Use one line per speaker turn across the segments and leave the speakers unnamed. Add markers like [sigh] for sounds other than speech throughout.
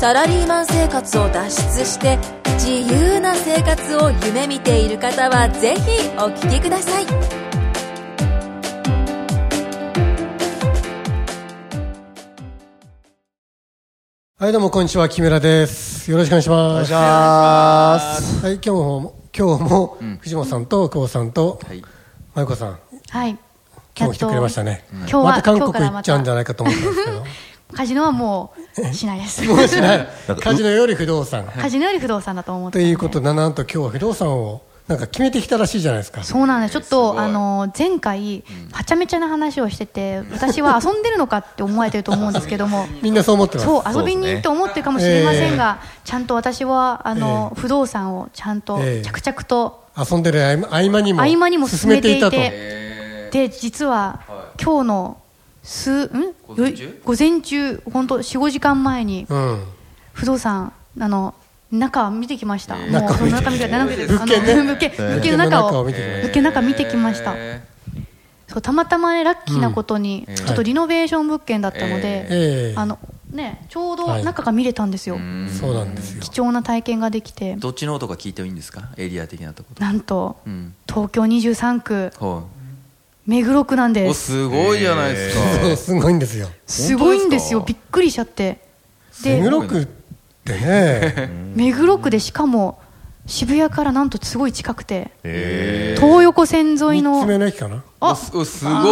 サラリーマン生活を脱出して自由な生活を夢見ている方はぜひお聞きください
はい、どうも、こんにちは。木村です。よろしくお願いし
お願
ま
いし
す。
ます。
はい、今日も、今日も、藤本さんと、久保さんと、
い
まゆこさん、
はい。
今日来てくれましたね。
今日は
また韓国
今日から
行っちゃうんじゃないかと思ったんですけ
カジノはもうしないです。
ど。もうしない。カジノより不動産。
[laughs] カジノより不動産だと思って
と
たんで。
いうことで、なんと今日は不動産を、なんか決めてきたらしいじゃないですか。
そうなんです。ちょっ
す
と
ごい
あの前回はちゃめちゃな話をしてて、私は遊んでるのかって思われてると思うんですけど
[laughs]
も。
みんなそう思ってます。
そう
そ
遊
うです
び
ね
にと思ってるかもしれませんが、ちゃんと私はあの、
え
不動産をちゃんと
ええ
着々と、
遊んでる合間合間にも、
合間にも進めてい
進
て
めい
で実は、今日の数ん午前中午前中本当四五時間前に
たと。うん。
不動産あの中見てきました、もう
中見て
中見て中見て
物件ね
あの物件物件の中を
物件の中を見てきました
物件の中見てきました、そうたまたまねラッキーなことに、ちょっとリノベーション物件だったので、
ええ
あのねちょう
は
ど
い
中が見れたんですよ、
そうなんですよ。
貴重な体験ができて
どっちの音が聞いてもいいんですかエリア的なとこ
なんと、
ん
東京23区
と。は
目黒区なん
い。
で
お、
す
すごいじゃないです
そう
か。
すごいんですよ。
すごいんですよ
本当
び
で
っくりしちゃって
目
で
黒区ってね、
目黒区でしかも渋谷からなんとすごい近くて、東横線沿い
三
の
つ目の駅かな。
おすおすごい。
あ、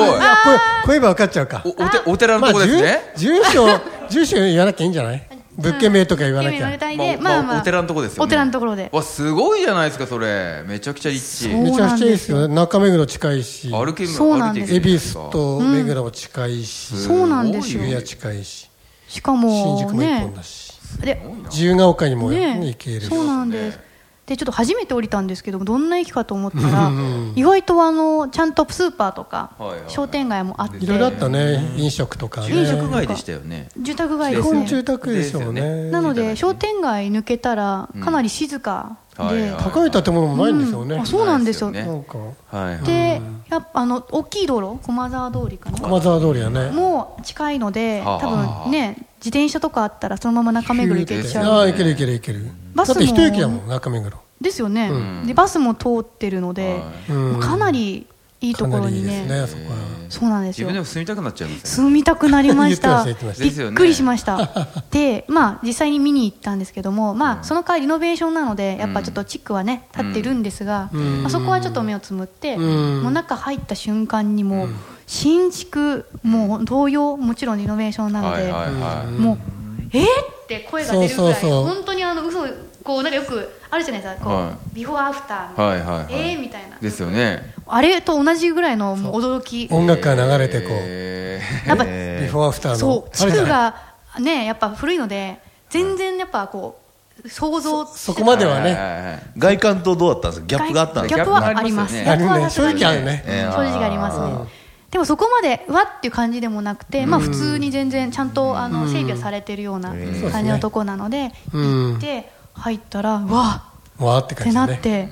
これ、こういえば分かっちゃうか。
おおてお寺の
ま
と
あ、
こですね。
住住所、住所言わなきゃいいんじゃない物件名とか言わなきゃ。
たいで、
ま
ま
あ
あ
ま
ま
あ
あ、
お寺のとこですよね
お寺のところで。
わすごいじゃないですかそれ。めちゃくちゃ立
そう
地。
めちゃくちゃいいですよね。中目黒近いし、
歩ける
そうなん
歩い
です
て
恵
いけ
比
るん
寿
か
と目黒も近いし、
そうなんですよ
渋谷近いし、
しか
新
も
宿も一
ね
本だ、し、
で、
自由が丘にも行
ね
け、るし。
そうなんです。で、ちょっと初めて降りたんですけど、どんな駅かと思ったら、意外とあの、ちゃんとスーパーとか
はいはい、
商店街もあって、
いろいろあったね、飲食とかね。
住宅街でしたよね。
住宅街
基
です
本
本
ね。
住宅でしょう
です
ね。
なの
住宅街
で、商店街抜けたら、かなり静か
はい
で
は、
高い建物もないんですよね
あ。そうなんですよ。
ないです
な
よ
んか、
はいはい。
で、やっぱあの、大きい道路、駒沢通りかな。
駒沢通りやね。
もう近いので、
はあ
多分ね、自転車とかあったら、そのまま中目黒行けちゃう
ああ、いけるいけるいける。だ
バ
っ
スも
て一駅だもん、中目黒。
ですよね、でバスも通ってるので、
うん
かなりいいと
か
こ
な
ろ
りいい
に
です
ね
ね、あそこは。
そうなんです
自
よ
分でも住みたくなっちゃいますね。
住みたくなりました
言ってました
言
び
ってました
っくりしましたでまあ実際に見に行ったんですけどもまあその代わりリノベーションなのでやっぱちょっと地区はね立ってるんですが、まあ、そこはちょっと目をつむって、
ん
もう中入った瞬間にもう新築もう同様もちろんリノベーションなの
はい
で、
はいはい。
もう「えーって声が出るぐ
そ
らい
うそうそう
本当にあの嘘こうなんかよくあるじゃないですかこう、
は
ビフォーアフターみたいな、
はいはいはい。
えーみたいな
ですよね。
あれと同じぐらいのもう驚き
音楽が流れてこう、
え
やっぱ、
ビフォーアフターの
そ。う
あ
地
れじゃ
区
ない
がねやっぱ古いので全然やっぱこう想像
そこま
ー
ではね、
いいい
外観とどうだったんですかギャップがあったんです
ギャッ
か
プはあります
ギ
ギ
ャ
ャ
ップ
あ
ッ
る
プ
ね
はさすがに
正直あるね
正直ありますねでもそこまでわっていう感じでもなくて、まあ、普通に全然ちゃんとあの整備はされてるような感じのとこなので
うん
行って入ったらわ
わーって
ー
感
って
じ
な
だ
っ
ね
て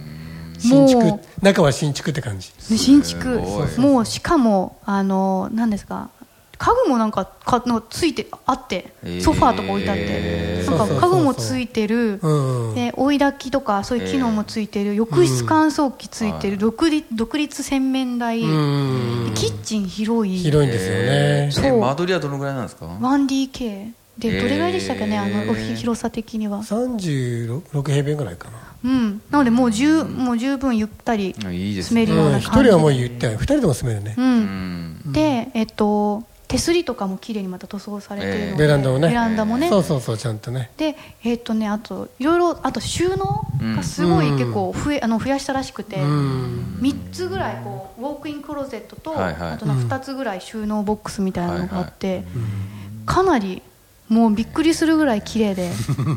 新築
も
中は新築って感じ
う新築
す
もうしかもあの何ですか家具もなんかかのついてあって
えー
ソファーとか置いてあって、なんか
そうそうそう
家
そう
具もついてる、
うん
で追い焚きとかそういう機能もついてる、浴室乾燥機ついてる、独立独立洗面台、
うん
でキッチン広い
広いんですよね
そう
え間取りはどのぐらいなんですか
1DK でどれぐらいでしたっけね、
えー
あのおひ広さ的には、
36平米ぐらいかな
うん、なのでもう十もう十分ゆったり
あいいです
住
ね
めるような
一
感じ
人はもう言って二人でも住めるね
うん
うん
で、えっと、手すりとかも綺麗にまた塗装されているので、
ベランダもね
ベランダもね
そうそうそうちゃんとね
で、えっとね、あといろいろあと収納がすごい結構増え、あの増やしたらしくて、
うん
三3つぐらいこうウォークインクローゼットと、
はいはい
あとなんか2つぐらい収納ボックスみたいなのがあって、かなり。もうびっくりす
[laughs]
るぐらい綺麗で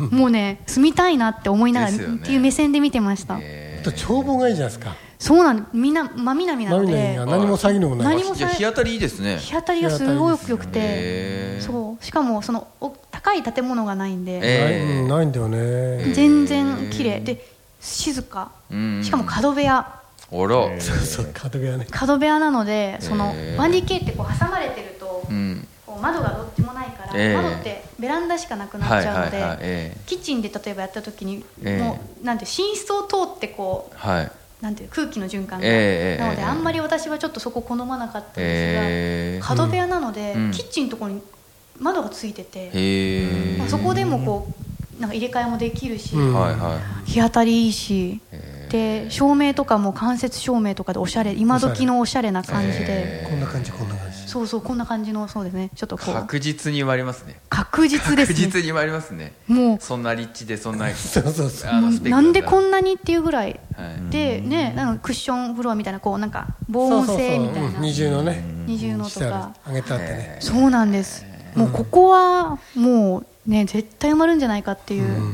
もうね住みたいなって思いながら、
ですよね
っていう目線で見てました、
え
と眺望がいいじゃないですか。
そうなんみんな真南な
マ
の
ミ
で
ネが何も詐欺のもない。
何も
じゃあ日当たりいいですね。
日当たりがすごく良く
へ
て
ー
そうしかもそのお高い建物がないん
な
で
え
いうんないんだよね。
全然綺麗で静か
うん
しかも角部屋
あら、
そう [laughs] そう、角部屋ね。
角部屋なのでその
えー
1DK ってこう挟まれてると
うん、
こう窓がどっちもないから
えー
窓ってベランダしかなくな
は
っ
い
ち
はい
ゃう
は
ので
い、え
キッチンで例えばやった時に
えー
もうなんて寝室を通ってこう
えはい、
なんていう空気の循環が、
ええ
なので、
ええ
あんまり私はちょっとそこ好まなかったんですが、
えー、
角部屋なので、
うん
キッチンのところに窓がついてて、
へえ、
まあ、そこでもこうなんか入れ替えもできるし、
うん
はいはい、
日当たりいいし、
え
で照明とかも間接照明とかでおしゃれ今時のおしゃれな感じで、
え
こんな感じ、こんな感じ。
そうそうこんな感じのそうですねちょっとこう
確実に割りますね。
確実です
確
ね
実に割りますね。
もう
そんな立地でそ
[laughs]
んな、
そうそうそう。
あのスペック
なんでこ
な、
んなにっていうぐらい
はい、
で、ね、なんかクッションフロアみたいなこうなんか防音性みた
そう
い
そうそうう
なん
二重のね。
二重の
し
と
て
か
あ。る。上げてあってね。
そうなんです、もうここはもうね絶対埋まるんじゃないかっていう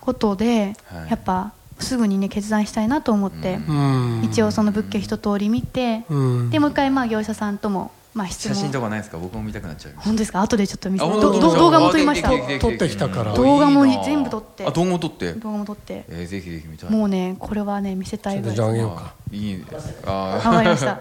ことで、
はい
やっぱすぐにね決断したいなと思って、
うん。
一応その物件一通り見て、
うん
でもう一回まあ業者さんとも、まあ、質
写
問
真とかないですか？僕も見たくなっちゃいました。
本当ですか後でちょっと見せ
あ
て
本
ど
当
ど
本当
動画も撮りました
あぜひぜひぜひ
撮ってきたから
動画も
いいな
全部撮って
あ動画も撮って
動画も撮って
えー、ぜひぜひ見たい
もうねこれはね見せたいぐらい
じゃああげ
わ
ようか。
あいいねあー
かりま
[laughs]
した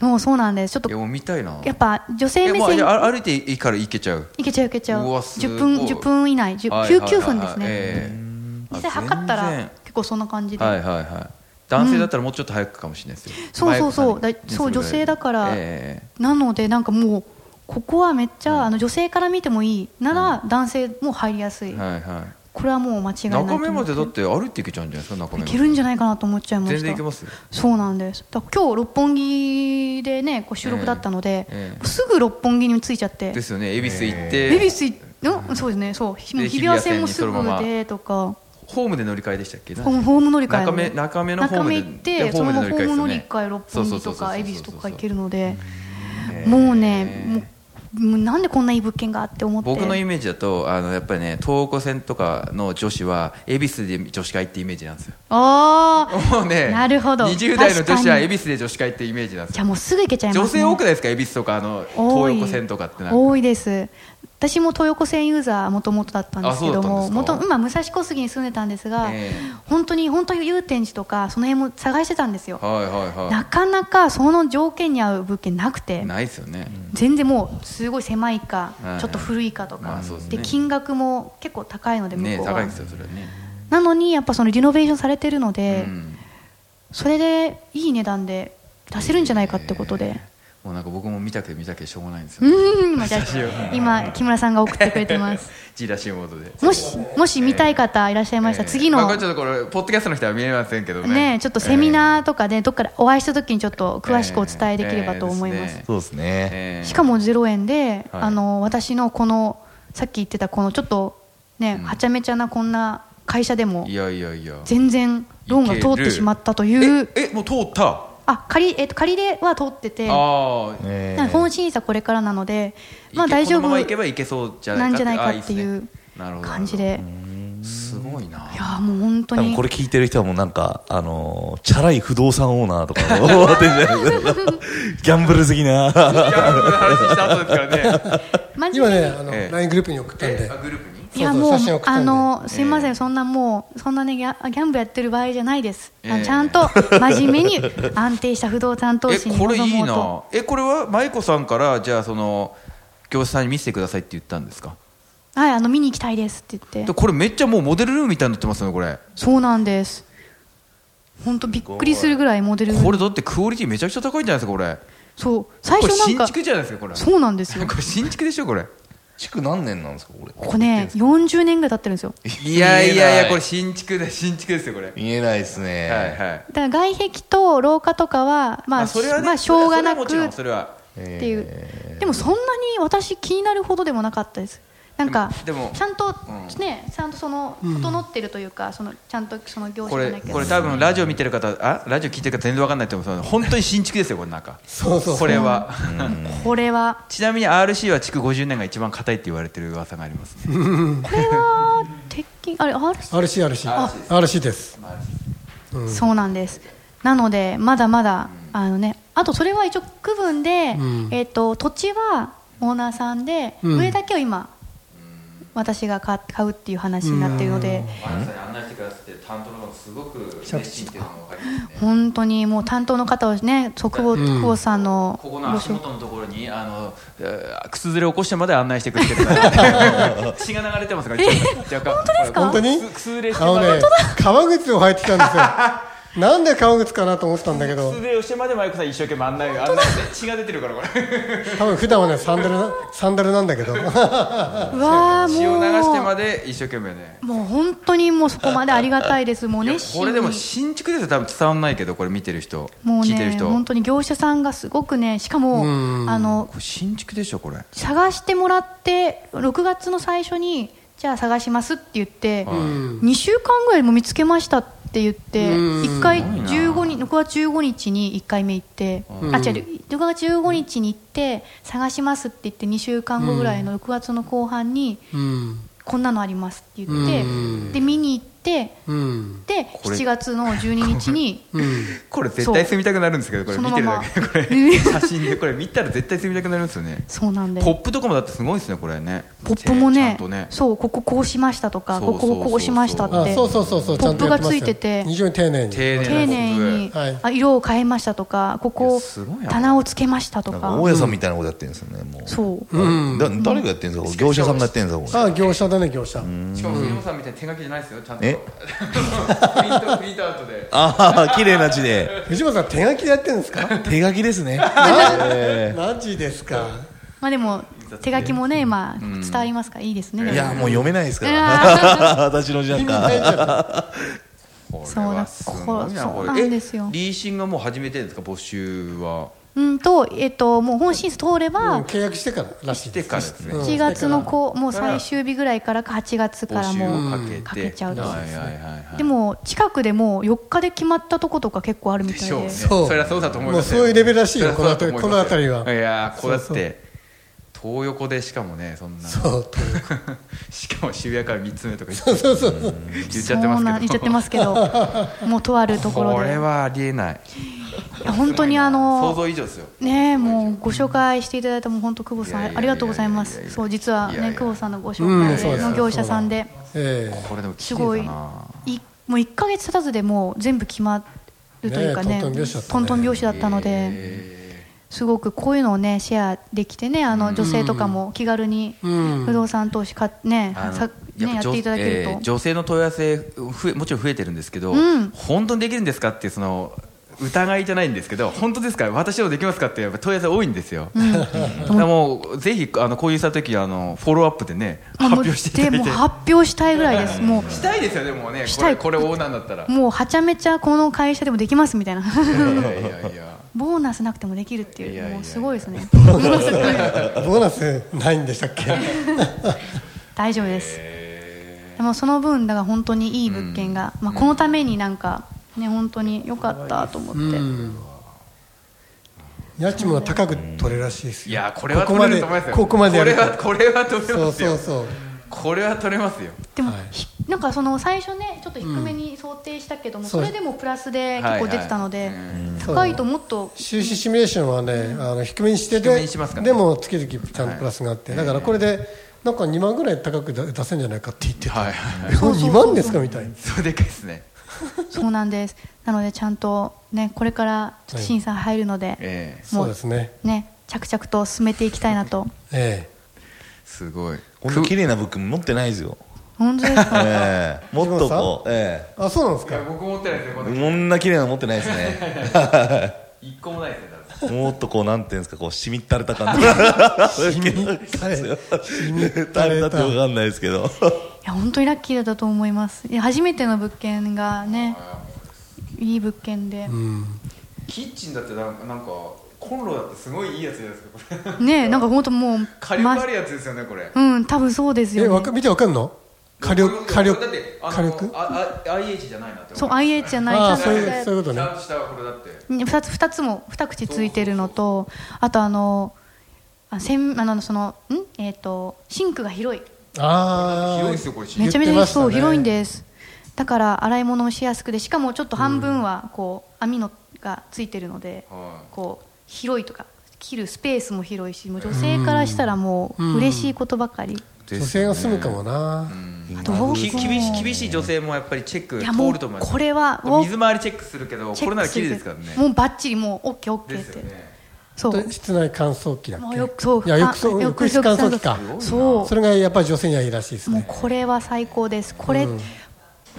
もうそうなんですちょっ
いや
と
もう見たいな
やっぱ女性
え
目
もう
線
あ歩いていいから行けちゃう
いけちゃういけちゃう
うわすごい
10分10分以内
はい
19
はいはい
分ですね、
ええ
実際測った
あ
ら
全
結構そんな感じで、
然はいはいはい男性だったらもうちょっと早くかもしれないですよ、
そうそうそう
前か
だそう
ねれぐい
女性だから
え
なのでなんかもうここはめっちゃ、あの女性から見てもいいなら男性も入りやすい、
えはいは
これはもう間違い
い
ない
中目までだ
と思
っ
って
て歩いていけちゃうんじゃないですか中目
い
ま
けるんじゃないかなと思っちゃいました
全然行けますよ
そうなんですだから今日六本木でねこう収録だったので、
ええええ
すぐ六本木に着いちゃって
ですよね恵比寿行って、
恵比寿うんそうですねそうひもう
で
日比谷線もす
日比谷線にそのま
ぐ
ま
でとか
ホームで乗り換えでしたっけ
ホームホーム乗り換え
中目中目のホームで
中目行って
で
そのまま
ホ
ホ
ー
ー
ム
ム乗
乗り換え
り換え六
ですよね
本木
そうそう
と
そうそう
か
そう
恵比寿とか行けるのでもうねもうもうなんでこんないい物件があって思って
僕のイメージだとあのやっぱりね東横線とかの女子は恵比寿で女子会ってイメージなんです
[laughs]
よ
あ
[laughs]
あ
もうね
なるほど
20代の女
確
子
か
は
に
恵比寿で女子会ってイメージなんです
じ
よ
ゃあもうすぐ行けちゃいます、ね、
女性多くないですか恵比寿とかあの
多い
東横線とかってなんか
多いです私も東横線ユーザーもともとだったんですけど
あそ
も
うだったん
元
ですか
今武蔵小杉に住んでたんですが、
ええ
本当に本当に祐天寺とかその辺も探してたんですよ
はいはい
な
は
かなかその条件に合う物件なくて
いないですよね
全然もうすごい狭いか
はい
ちょっと古いかとか、
まあそうですね
で金額も結構高いので向
ね
こう
高
は、
いですよそれはね
なのにやっぱそのリノベーションされてるので、
うん
それでいい値段で出せるんじゃないかってことで、
もうなんか僕も見たくて見たくてしょうがないんですよ
うん今じゃあ今木村さんが送ってくれてます
[laughs] ジーラシーモードで
もしもし見たい方いらっしゃいましたら、次の、
まあこれちょっとこれポッドキャストの人は見えませんけどね
ね、ちょっとセミナーとかで、どっかでお会いした時にちょっと詳しくお伝えできればと思います。
え
そうですね。
えー
しかも0円で、
はい
あの私のこのさっき言ってたこのちょっとね、
ん
はちゃめちゃなこんな会社でも
いやいやいや
全然ローンが通ってしまったという
ええもう通った
あ仮えっと仮では通っててな
ああ
え
の本審査これからなのでまあ
いけ
大丈夫
このままいけばいけそうじゃないか
なんじゃないか
あ
っていう
すねなるほど
感じで
すごいない
やもう本当
多分
に
これ聞いてる人はもうなんか、あのーチャラい不動産オーナーとかの思ってんじゃないですか。ギャンブル好きな。
ギャンブルの話した後です
[laughs]
からね
マジ
今ね、
で
あの、
ええ
LINE グループに送ったん
え
で
あ。グループ
い
に
や
そうそう
もう
写真送ったん
あ
で
のすいませんそんなもうそんなねギャギャンブルやってる場合じゃないですあの
ええ
ちゃんと真面目に安定した不動産投
え
資に
これい
臨
い
もうと
なえこれは舞子さんからじゃあその業者さんに見せてくださいって言ったんですか
はいあの見に行きたいですって言って
でこれめっちゃもうモデルルームみたいになってますよねこれ
そうなんです。本当びっくりするぐらいモデル。
これだってクオリティめちゃくちゃ高いんじゃないですかこれ
そう、最
これ
初なん
新
か。
築じゃないですかこれ
そうなんですよ。
これ新築でしょこれ
築何年なんですか、これ。
ここね、40年ぐらい経ってるんですよ。
いやいやいやこれ新築だ新築ですよこれはい
見えないですね。
はい
だから外壁と廊下とかは、まあ、
それはね
まあ、しょうがなくっ
それはもちろんそれは
ていう。でも、そんなに私気になるほどでもなかったです。なんか、
でもでも
ちゃんと
う、ん
ね、ちゃんとその、整ってるというか、その、ちゃんとその業
こ
者じゃ
れ
ないけ
こ
ど
れ。多分ラジオ見てる方あラジオ聞いてる方全然わかんないと思うんですけど本当に新築ですよこれなんか
そうそうそう
これは
これは、
ちなみに RC は築50年が一番硬いって言われてる噂がありますね
これは、鉄筋、あれ、ある。
RC、RC。RC です。
そうなんですなのでまだまだあのねあとそれは一応区分で、
うん
えっと土地はオーナーさんで、
うん
上だけを今私が買買うっていう話になっているので、
マナさんに案内してくださって担当の方がすごく熱心っていうのが分かりますね
本当にもう担当の方をね祖久保
うん
久保さんの
ここの足
紹
元のところにあのえー靴ずれ起こしてまで案内してくれてるから
[laughs]
血が流れてますから本当です
か
本当に
靴ずれして
あの
ま
ね
で
革靴を履いてきたんですよなんで革靴かなと思ってたんだけど
靴ずれをしてまでマイクさん一生懸命案内案内して血が出てるからこれ
多分普段はねサンダルなサンダルなんだけど
うわー
血を流して
も
まで一生懸命ね
うもう本当にもうそこまでありがたいですもう
いや
熱心に
これでも新築ですよ多分伝わんないけどこれ見てる人
もう
聞いてる
ね
人
本当に業者さんがすごくねしかも
うん
あの
これ新築でしょこれ
探してもらって6月の最初にじゃあ探しますって言って、
ん
2週間ぐらいも見つけましたって言って
うん
1回
すご
15
いな
日6月15日に1回目行ってあ違う
うん
6月15日に行って探しますって言って2週間後ぐらいの6月の後半に
うん
こんなのありますって言って
うん
で見に行って
うん
で
これ
7月の12日に
うん
これ絶対住みたくなるんですけどこれ
そう
見てるだけ
そのまま [laughs]
これ写真でこれ見たら絶対住みたくなるんですよね
そうなんで
ポップとかもだってすごいですねこれね
ポップも
ちゃ
ね
んとね
そうこここうしましたとか
そう
こ
そう
こをこうしましたっ
あ
て
そうそうそうそうちゃんとやってますよ
ポップがついてて
非常に丁寧に
丁
丁寧
寧な
に、
ポッ
はい
あ色を変えましたとかこ
い
こ
やすごいな
棚をつけましたと
なん
か
か大家さんみたいなことやってるんですよね、もう。
そう
うん
だ誰がやってるんですか、これ業者さんがやってるんですか、こ
あ業者だね業者
プしかも杉本さんみたいに手書きじゃないですよちゃんとプリ
え
ントプリントアウトで
れ。ああ、綺麗な字で。
藤本さん手書きでやってるんですか
手書きですね。え
マジですか
まあでも手書きもね今伝わりますからいいですね、
ーいや、もう読めないですから。私の字なん
手に入っ
か。
ちゃった
こ
そう
れ
だ
はすごいな
こうそ
これ
うなんですよ
えリーシングはもう始めてるんですか募集は
うんとえっともう本審査通れ
うん
ば
契約してかららしい
して
です
からですね
うん
7月のこうもう最終日ぐらいからか8月か
募
ら
集
も
を
う
かけて
かけちゃうと
はいはいはいはい
でも近くでもう4日で決まったとことか結構あるみ
で
たい
しょう
で
ね
そう
そりゃそうだと思いますよ
もうそういうレベルらしいよ
そりゃそうだと思いますよ
この辺りこの辺りはい
やーこうだって
そうそう
東横でしかもねそんな
そうと
しかも渋谷から3つ目とか言っ
そうそうそうそう
言っちゃってますけど
そうなん言っちゃってますけどもうとある
[laughs]
ところで
これはありえない
いや本当にあの
想像以上ですよ
ねえもうご紹介していただいたもう本当久保さ
いやいやい
ん
や
ありがとうございま
いやいや
す
いや
そう実はい
やい
ね
や
久保さんのご紹
うんそう
介
です
の業者さんで
ええ
これでも綺
すごい
麗だない
もう1か月経たずでもう全部決まるというか
ねえ
ね
トントン拍子だったね
トントン拍子だったのですごくこういうのをねシェアできてねあの女性とかも気軽に
うん
不動産投資かね
あの
さねや
ぱ
っ
女
ていただけ
え
る
ー
と
女性の問い合わせ増えもちろん増えてるんですけど、
うん
本当にできるんですかっていうその疑いじゃないんですけど本当ですか私でもできますかってやっぱ問い合わせ多いんですよ、 [laughs] だからもうぜひあのこういうした時あのフォローアップでね
あ
発
もう
表していただ
で
い
も
て
う発表したいぐらいですもう
したいですよねもうね
し
こ
た
れ
い
これオーナーだったら
もうはちゃめちゃこの会社でもできますみたいな [laughs]
いやいやいや
ボーナスなくてもできるっていう
いやいやいや
もうすごいですね
ボーナスないんでしたっけ
大丈夫です、でもその分だから本当にいい物件が、まあ、このためになんかね本当に良かったと思って、
うん家賃も高く取れるらしいです
い
よ
やこれは取れると思いますよ
ここまで
こ
や
れ
ると
はこれは取れ
そ
ま
う
す
そ
よ
うそう
これは取れますよ
でも、
はい
ひなんかその最初ねちょっと低めに想定したけども、
うん
それでもプラスで結構出てたので、
はいはい
高いともっと
収支シミュレーションはねあの低めにして
低めに
て
しますから
で
ね
も月々ちゃんとプラスがあってだからこれでなんか2万ぐらい高く出出せんじゃないかって言って
はい
た
は
[laughs]
いはい
そう2万ですかみたいな
それでかいですね
そうなんですなのでちゃんとねこれからちょっと審査入るので、
ええ
そうですね
ね着々と進めていきたいなと
え
すごい
こんな綺麗な物件持ってないですよ。
本当ですか
ええもっとこう、え
えあそうなんです
いや
か
僕持ってないですねこ
え
の
こんな綺麗なの持ってないですね。
一個もないですね多分
もっとこう、なんていうんですか、こう、しみったれた感じ。しみ
ったれ
[laughs] たれたってわかんないですけど。
いや本当にラッキーだったと思いますいや初めての物件がねいい物件で、
うん
キッチンだってなんかなんかコンロだってすごいいいやつじゃないですかこれ [laughs]
ねなんか本当もう
火力あ
ま
るやつですよねこれ
うん多分そうです
え
よ
わ
ね
か見てわかんの火力火力
だってあの
火力
ああ IH じゃないなって
そう IH じゃない
ああ
ち
そう
ゃんと
いうそういうことね
下下はこれだって
ね二つ二つも二口ついてるのとあとあのあせんあのそのんえっ、とシンクが広い
ああ
広いですよこれ
めちゃめち
言って
ゃ
ました
そう
ね
広いんですだから洗い物もしやすくでしかもちょっと半分はこう網のがついてるので、
はい
こう広いとか切るスペースも広いしもう女性からしたらもう嬉しいことばかり、
ですね
女性が住むかもな、
どう
き
ぞ
厳し厳しい女性もやっぱりチェック
いやも
通
う
ると思います
これは
水回りチェックするけどこれなら綺麗ですからね
もうバッチリもうオッケーオッケー
で
っ
す
て、
よね
そ
で
う
室内乾燥機だっ
もう
け
よくそう
いや浴室浴室乾燥機か
そう
それがやっぱり女性にはいいらしいです
もう
ね
これは最高ですこれ、
うん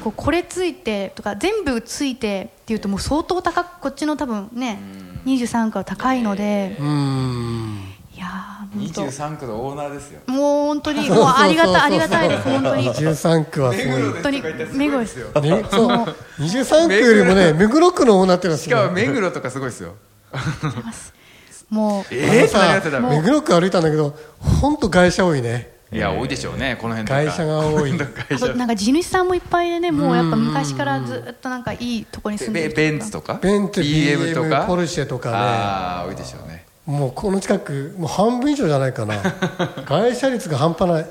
こうこれついてとか全部ついてっていうともう相当高くこっちの多分ね23から高いので、
うーん
いやー本
23区のオーナーですよ
当もう本当にもうありがたいありがたいです本当に本
23区はすごい
当に目黒です
ね、そう23区よりもね目黒区のオーナーってのはす
し
ごい
かも目黒とかすごいですよ
もう
ええってな
あの
りま
さ
た
目黒区歩いたんだけど本当外車多いね
いや多いでしょうねこの辺とか
外車が多い
あ
会
と
社
なんか地主さんもいっぱいでねもうやっぱ昔からずっとなんかいいとこに住んで
ベ
る人
ベンツとか
ベンツ
BM とか
BM ポルシェとか
ああ多いでしょうね
ねもうこの近くもう半分以上じゃない
[laughs]
かな外車率が半端ない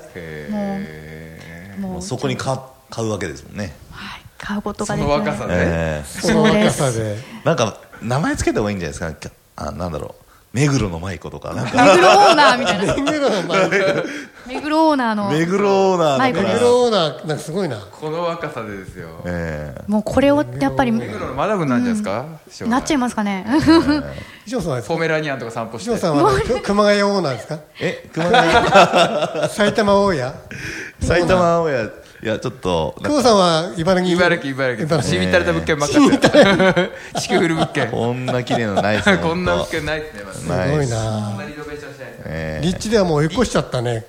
もう
そこにか買うわけですもんね、
はい買うことが
そ
でき
の
ない
若さで
え
その若さ
[laughs]
で
ーなんか名前つけた方がいいんじゃないですかあなんだろう目黒の舞子とか
[laughs]
なんか
目黒オーナーみたいな
目黒の前
目黒オーナーの
目黒な
舞
のか
子で
な
目黒オーナーなんかすごいな
この若さでですよ
え
もうこれをやっぱり
目黒のマダムになんじゃないですか
なっちゃい
ま
ますかね
一条さんはです
ポ
か
メラニアンとか散歩し
一
て
条さんはね熊谷オーナーです
[laughs]
か
ーえ熊谷
埼玉大谷
埼玉青谷いやちょっと
久保さんは茨城
茨城茨城
茨
しみったれた物件ばっかり地球フル物件
こんな綺麗なのないですね
[laughs] こんな
ほ
物
と
件ないですねまだ
すごい
こん
な
なリノベーションしたいですね
えー
立地ではもう追い越しちゃったね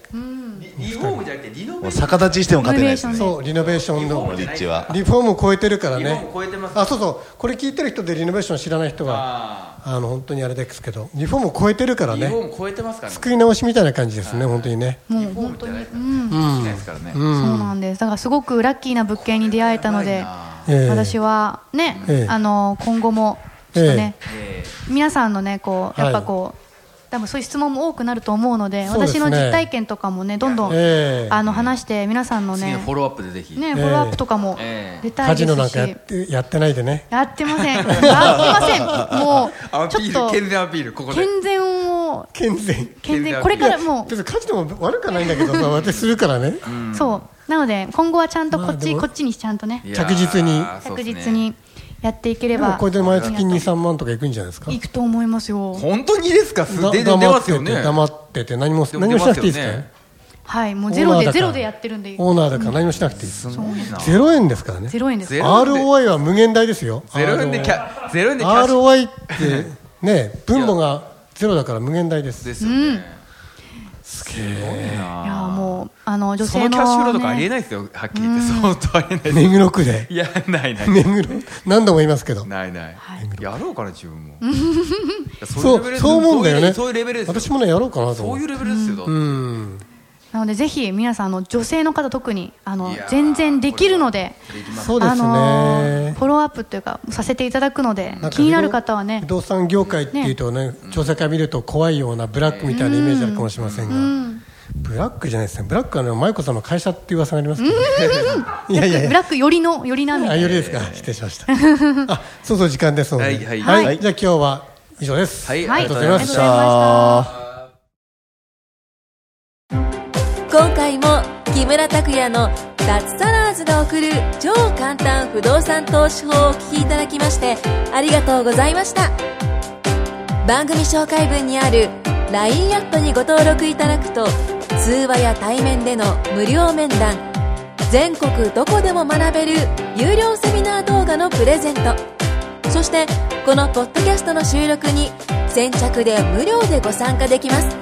リリフォームじゃなくてリノベ
も
ー
う
ション
逆立ちしても勝てないですね
そうリノベーションの
立地は
リフォームを超えてるから
リフォー
ね
ム超えてます
あそうそうこれ聞いてる人でリノベーション知らない人は
あ
あの本当にあれですけどリフォームを超えてるから
ーリフォ
ね
ーム超えてますからね
作り直しみたいな感じですね本当にね
もう本当にうん
好きですからね
そうなんですだからすごくラッキーな物件に出会えたので
ええ
私はね
ええ
あの今後もちょっとね
え
皆さんのねこう
はい
やっぱこう多分そういう質問も多くなると思うので
そうです
私
ね
の実体験とかもねどんどん
ええ
あの話して皆さんの
ー次
ね
のフォローアップでぜひ
ねフォローアップとかも
ええ
出た
カ
い
ジ
で
ノなん
す
かやっ
して
やってないでね
やってま
[laughs]
せんやってませんも
ア
う
ピ
ちょっと
ール健全アピールここで
健全を
健全
健
健全
全これからもう
別にカジノも悪くはないんだけど
[laughs]
さ私するからね
そうなので今後はちゃんとこっ
まあで
ち
も
こっちにちゃんとね
いやー
着実に
そうで
着
すね
実にやっていけれ
でも
ば
これで毎月23万とかいくんじゃないですか
いくと思いますよ
本当にですかす
だ
出出
黙
ま
っ
すよ
て
ね
て黙ってて何も
でも
何もしなくていいです
出ますよ
か
ね
はいもうゼロ
オーナーだか
でゼ
ら
ロでやってるんで
オーナーだから何もしなくていい
すごいな
ゼロ円ですからね
ゼロ円です
ゼロ円で
ROI は無限大ですよ
ゼロ円でキャゼロ円でキャッシュ
ROI ってね分母がゼロだから無限大です
ですよね
いやーもうあの女
そ
性
のキャッシュフロ
の
ーとかありえ
ね
ないですよはっきり言って相当あり
[laughs]
えない
目黒区で
いやないない
目黒何度も言いますけど
ないないやろうかな自分も
そ
そう
そう思うんだよね
そういうレベルですよ
私もねやろうかなと
そ
思
う
う
いうレベルですよだって
うん
なのでぜひ皆さんあの女性の方特にあの
いやー
全然できるので
できます
そうです
あのー
ね
フォローアップというかさせていただくので
んか
気になる方はね
不動産業界っていうとね調査会見ると怖いようなブラックみたいなイメージあるかもしれませんがブラックじゃないですねブラックはね舞子さんの会社って噂がありますけどいやいやい
ブ
や
ラックよりのよりな
[laughs]
み
あ
たい
よりですか失礼しましたあそうそう時間ですので
はいはい
はいじゃあ今日は以上です
はい
な
あ
は
り
い
が
ありがと
とう
う
ご
ご
ざ
ざ
い
い
ま
ま
し
今回も
したた
木村拓哉の脱サラーズが送る超簡単不動産投資法をお聞きいただきましてありがとうございました番組紹介文にある LINE アットにご登録いただくと通話や対面での無料面談全国どこでも学べる有料セミナー動画のプレゼントそしてこのポッドキャストの収録に先着で無料でご参加できます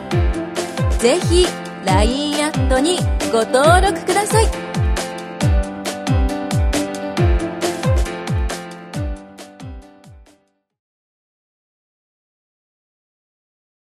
ぜひ LINE アットにご登録ください